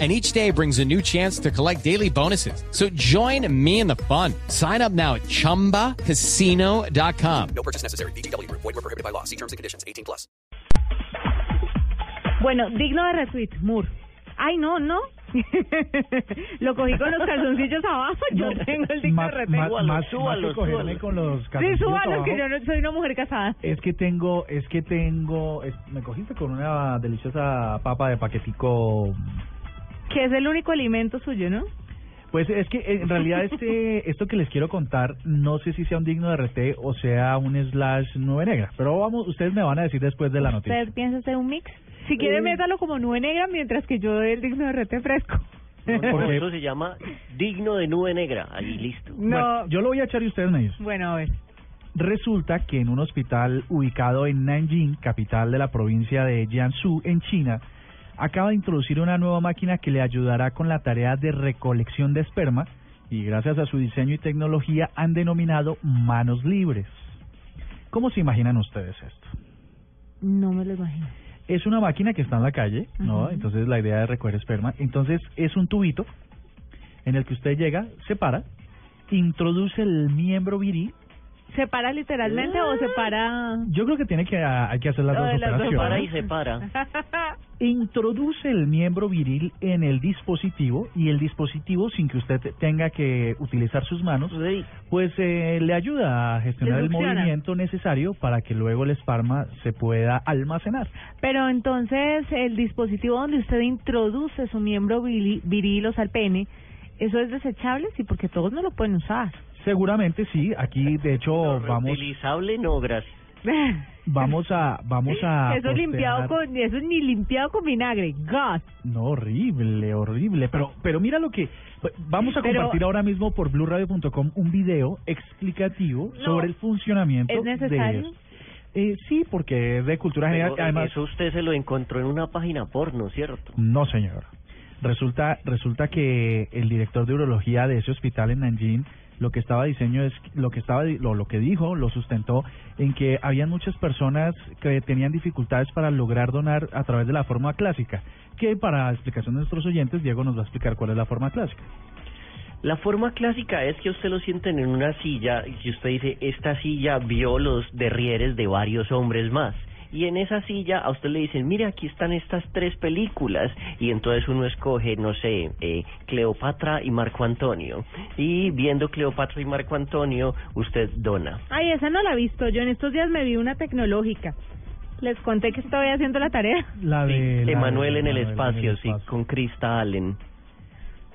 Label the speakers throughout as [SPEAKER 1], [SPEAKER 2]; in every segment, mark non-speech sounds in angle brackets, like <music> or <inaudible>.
[SPEAKER 1] and each day brings a new chance to collect daily bonuses. So join me in the fun. Sign up now at ChumbaCasino.com.
[SPEAKER 2] No purchase necessary. BGW. Void were prohibited by law. See terms and conditions. 18 plus.
[SPEAKER 3] Bueno, digno de retweet, Moore. Ay, no, no. <laughs> Lo cogí con los calzoncillos abajo. Yo
[SPEAKER 4] <laughs>
[SPEAKER 3] tengo el digno de
[SPEAKER 4] más,
[SPEAKER 3] retweet.
[SPEAKER 4] más,
[SPEAKER 5] Súbalo,
[SPEAKER 4] más,
[SPEAKER 5] súbalo,
[SPEAKER 4] más que cogerme
[SPEAKER 5] súbalo.
[SPEAKER 4] con los
[SPEAKER 3] Sí,
[SPEAKER 4] calzoncillos
[SPEAKER 3] súbalos,
[SPEAKER 4] abajo,
[SPEAKER 3] que yo no soy una mujer casada.
[SPEAKER 4] Es que tengo, es que tengo, es- me cogiste con una deliciosa papa de paquetico.
[SPEAKER 3] Que es el único alimento suyo, ¿no?
[SPEAKER 4] Pues es que en realidad
[SPEAKER 3] <laughs>
[SPEAKER 4] este, esto que les quiero contar, no sé si sea un digno de RT o sea un slash nube negra, pero vamos, ustedes me van a decir después de la noticia.
[SPEAKER 3] ¿Usted piensa hacer un mix? Si quiere,
[SPEAKER 4] Eh.
[SPEAKER 3] métalo como nube negra mientras que yo doy el digno de rete fresco.
[SPEAKER 5] No, no,
[SPEAKER 4] Porque- Mm.
[SPEAKER 5] Eso se llama digno de nube negra. Ahí listo.
[SPEAKER 3] <laughs> No.
[SPEAKER 4] Bueno, yo lo voy a echar y ustedes me dicen.
[SPEAKER 3] Bueno, a ver.
[SPEAKER 4] Resulta que en un hospital ubicado en Nanjing, capital de la provincia de Jiangsu, en China, acaba de introducir una nueva máquina que le ayudará con la tarea de recolección de esperma y gracias a su diseño y tecnología han denominado manos libres. ¿Cómo se imaginan ustedes esto?
[SPEAKER 3] No me lo imagino.
[SPEAKER 4] Es una máquina que está en la calle, ¿no?
[SPEAKER 3] Ajá.
[SPEAKER 4] Entonces la idea es recoger esperma. Entonces es un tubito en el que usted llega, se para, introduce el miembro viril.
[SPEAKER 3] ¿Se para literalmente o se para...?
[SPEAKER 4] Yo creo que tiene que ah, hay que hacer las
[SPEAKER 3] Lo
[SPEAKER 4] dos
[SPEAKER 3] de las dos
[SPEAKER 4] operaciones.
[SPEAKER 5] Para y se para.
[SPEAKER 3] <laughs>
[SPEAKER 4] introduce el miembro viril en el dispositivo y el dispositivo sin que usted tenga que utilizar sus manos
[SPEAKER 5] Ey,
[SPEAKER 4] pues eh, le ayuda a gestionar
[SPEAKER 3] Le
[SPEAKER 4] el
[SPEAKER 3] succiona.
[SPEAKER 4] movimiento necesario para que luego el esperma se pueda almacenar
[SPEAKER 3] Pero entonces el dispositivo donde usted introduce su miembro vili- viril, o sea, el pene, ¿eso es desechable? Sí, porque todos no lo pueden
[SPEAKER 4] <laughs>
[SPEAKER 3] usar.
[SPEAKER 4] seguramente sí aquí de hecho
[SPEAKER 5] no,
[SPEAKER 4] vamos
[SPEAKER 5] reutilizable, no, gracias.
[SPEAKER 4] vamos a vamos a
[SPEAKER 3] eso es limpiado
[SPEAKER 4] postear-
[SPEAKER 3] con, eso es ni limpiado con vinagre, gas.
[SPEAKER 4] no horrible horrible pero pero mira lo que vamos a
[SPEAKER 3] Pero-
[SPEAKER 4] compartir ahora mismo por blueradio.com un video explicativo
[SPEAKER 3] No.
[SPEAKER 4] sobre el funcionamiento
[SPEAKER 3] ¿Es
[SPEAKER 4] de
[SPEAKER 3] necesario?
[SPEAKER 4] esto. Eh, sí, porque es de cultura general.
[SPEAKER 5] Pero,
[SPEAKER 4] Además,
[SPEAKER 5] eso usted se lo encontró en una página porno, ¿cierto?
[SPEAKER 4] no, señor. Resulta, resulta que el director de urología de ese hospital en Nanjing lo que estaba diseño es lo que estaba di- lo, lo que dijo lo sustentó en que habían muchas personas que tenían dificultades para lograr donar a través de la forma clásica que para explicación de nuestros oyentes Diego nos va a explicar cuál es la forma clásica
[SPEAKER 5] La forma clásica es que usted lo sienten en una silla y que usted dice, esta silla vio los derrieres de varios hombres más. Y en esa silla a usted le dicen, mire, aquí están estas tres películas. Y entonces uno escoge, no sé, eh, Cleopatra y Marco Antonio. Y viendo Cleopatra y Marco Antonio, usted dona.
[SPEAKER 3] Ay, esa no la he visto. Yo en estos días me vi una tecnológica. Les conté que estoy haciendo la tarea. <laughs>
[SPEAKER 4] la
[SPEAKER 5] Sí,
[SPEAKER 4] de la
[SPEAKER 5] Emanuel
[SPEAKER 4] de-
[SPEAKER 5] en el
[SPEAKER 4] Emanuel
[SPEAKER 5] espacio, sí,
[SPEAKER 4] espacio.
[SPEAKER 5] con Krista Allen.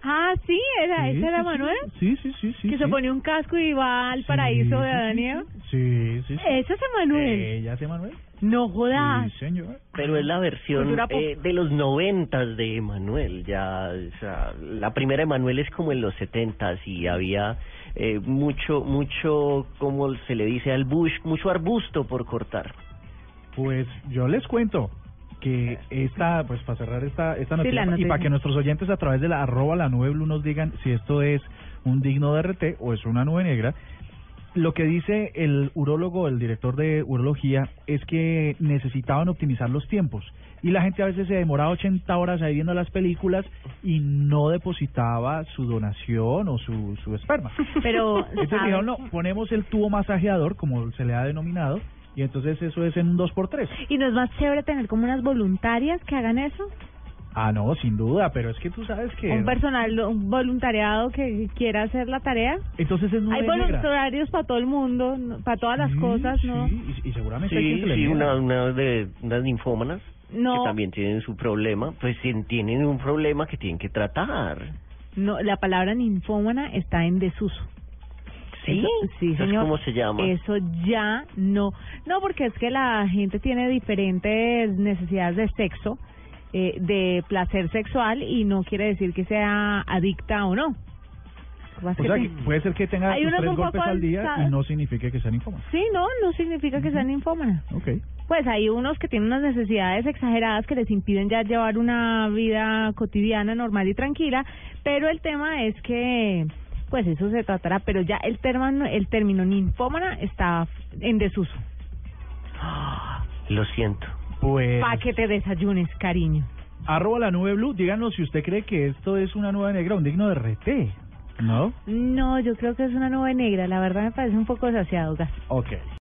[SPEAKER 3] Ah, sí, era,
[SPEAKER 4] Sí,
[SPEAKER 3] esa era
[SPEAKER 4] sí, sí,
[SPEAKER 3] Manuel.
[SPEAKER 4] sí sí sí sí
[SPEAKER 3] que se
[SPEAKER 4] sí.
[SPEAKER 3] pone un casco y va al
[SPEAKER 4] Sí,
[SPEAKER 3] paraíso
[SPEAKER 4] sí,
[SPEAKER 3] de
[SPEAKER 4] sí,
[SPEAKER 3] Adán y
[SPEAKER 4] sí,
[SPEAKER 3] Eva.
[SPEAKER 4] sí sí, sí.
[SPEAKER 3] Esa es Emanuel.
[SPEAKER 4] ¿Ella es Emanuel?
[SPEAKER 3] no jodas.
[SPEAKER 4] Sí, señor.
[SPEAKER 5] Pero es la versión
[SPEAKER 3] Cultura pop.
[SPEAKER 5] eh, de los noventas de Emanuel, ya, o sea, la primera Emanuel es como en los setentas y había eh, mucho, mucho, como se le dice al bush, mucho arbusto por cortar.
[SPEAKER 4] Pues yo les cuento que esta, pues para cerrar esta, esta
[SPEAKER 3] Sí,
[SPEAKER 4] noticia,
[SPEAKER 3] la
[SPEAKER 4] y
[SPEAKER 3] noticia.
[SPEAKER 4] para que nuestros oyentes a través de la arroba la nube blue nos digan si esto es un digno de RT o es una nube negra, lo que dice el urólogo, el director de urología, es que necesitaban optimizar los tiempos. Y la gente a veces se demoraba 80 horas ahí viendo las películas y no depositaba su donación o su,
[SPEAKER 3] <laughs>
[SPEAKER 4] su esperma. <laughs>
[SPEAKER 3] Pero,
[SPEAKER 4] Entonces
[SPEAKER 3] ¿sabes?
[SPEAKER 4] dijeron, no, ponemos el tubo masajeador, como se le ha denominado, y entonces eso es en un 2x3.
[SPEAKER 3] ¿Y no es más chévere tener como unas voluntarias que hagan eso?
[SPEAKER 4] Ah, no, sin duda, pero es que tú sabes que...
[SPEAKER 3] Un personal, un voluntariado que quiera hacer la tarea.
[SPEAKER 4] Entonces es nube
[SPEAKER 3] Hay
[SPEAKER 4] negra.
[SPEAKER 3] voluntarios para todo el mundo, no- para todas las
[SPEAKER 4] Sí,
[SPEAKER 3] cosas, ¿no?
[SPEAKER 4] sí, y, y seguramente hay
[SPEAKER 5] Sí,
[SPEAKER 4] quien se le
[SPEAKER 5] sí,
[SPEAKER 4] niega.
[SPEAKER 5] una, una de unas ninfómanas
[SPEAKER 3] No,
[SPEAKER 5] que también tienen su problema, pues tien- tienen un problema que tienen que tratar.
[SPEAKER 3] no, la palabra ninfómana está en desuso.
[SPEAKER 5] Sí,
[SPEAKER 3] Eso- sí,
[SPEAKER 5] ¿Eso es
[SPEAKER 3] señor.
[SPEAKER 5] ¿Cómo se llama?
[SPEAKER 3] Eso ya no. No, porque es que la gente tiene diferentes necesidades de sexo, eh, de placer sexual, y no quiere decir que sea adicta o no. que pasa es
[SPEAKER 4] O
[SPEAKER 3] que
[SPEAKER 4] sea, que
[SPEAKER 3] ten-
[SPEAKER 4] puede ser que tenga
[SPEAKER 3] Hay
[SPEAKER 4] sus
[SPEAKER 3] unos
[SPEAKER 4] tres
[SPEAKER 3] un poco
[SPEAKER 4] golpes al día
[SPEAKER 3] alzados.
[SPEAKER 4] y no signifique que sean linfoma.
[SPEAKER 3] Sí, no, no significa que sean linfómanas.
[SPEAKER 4] Ok.
[SPEAKER 3] Pues hay unos que tienen unas necesidades exageradas que les impiden ya llevar una vida cotidiana, normal y tranquila, pero el tema es que, pues eso se tratará, pero ya el término, el término ninfómana está en desuso.
[SPEAKER 5] Lo siento.
[SPEAKER 4] Pues...
[SPEAKER 3] Pa' que te desayunes, cariño.
[SPEAKER 4] Arroba la nube blue, díganos si usted cree que esto es una nube negra, un digno de RT, ¿no?
[SPEAKER 3] No, yo creo que es una nube negra, la verdad me parece un poco desaciado, Gas.
[SPEAKER 4] Ok.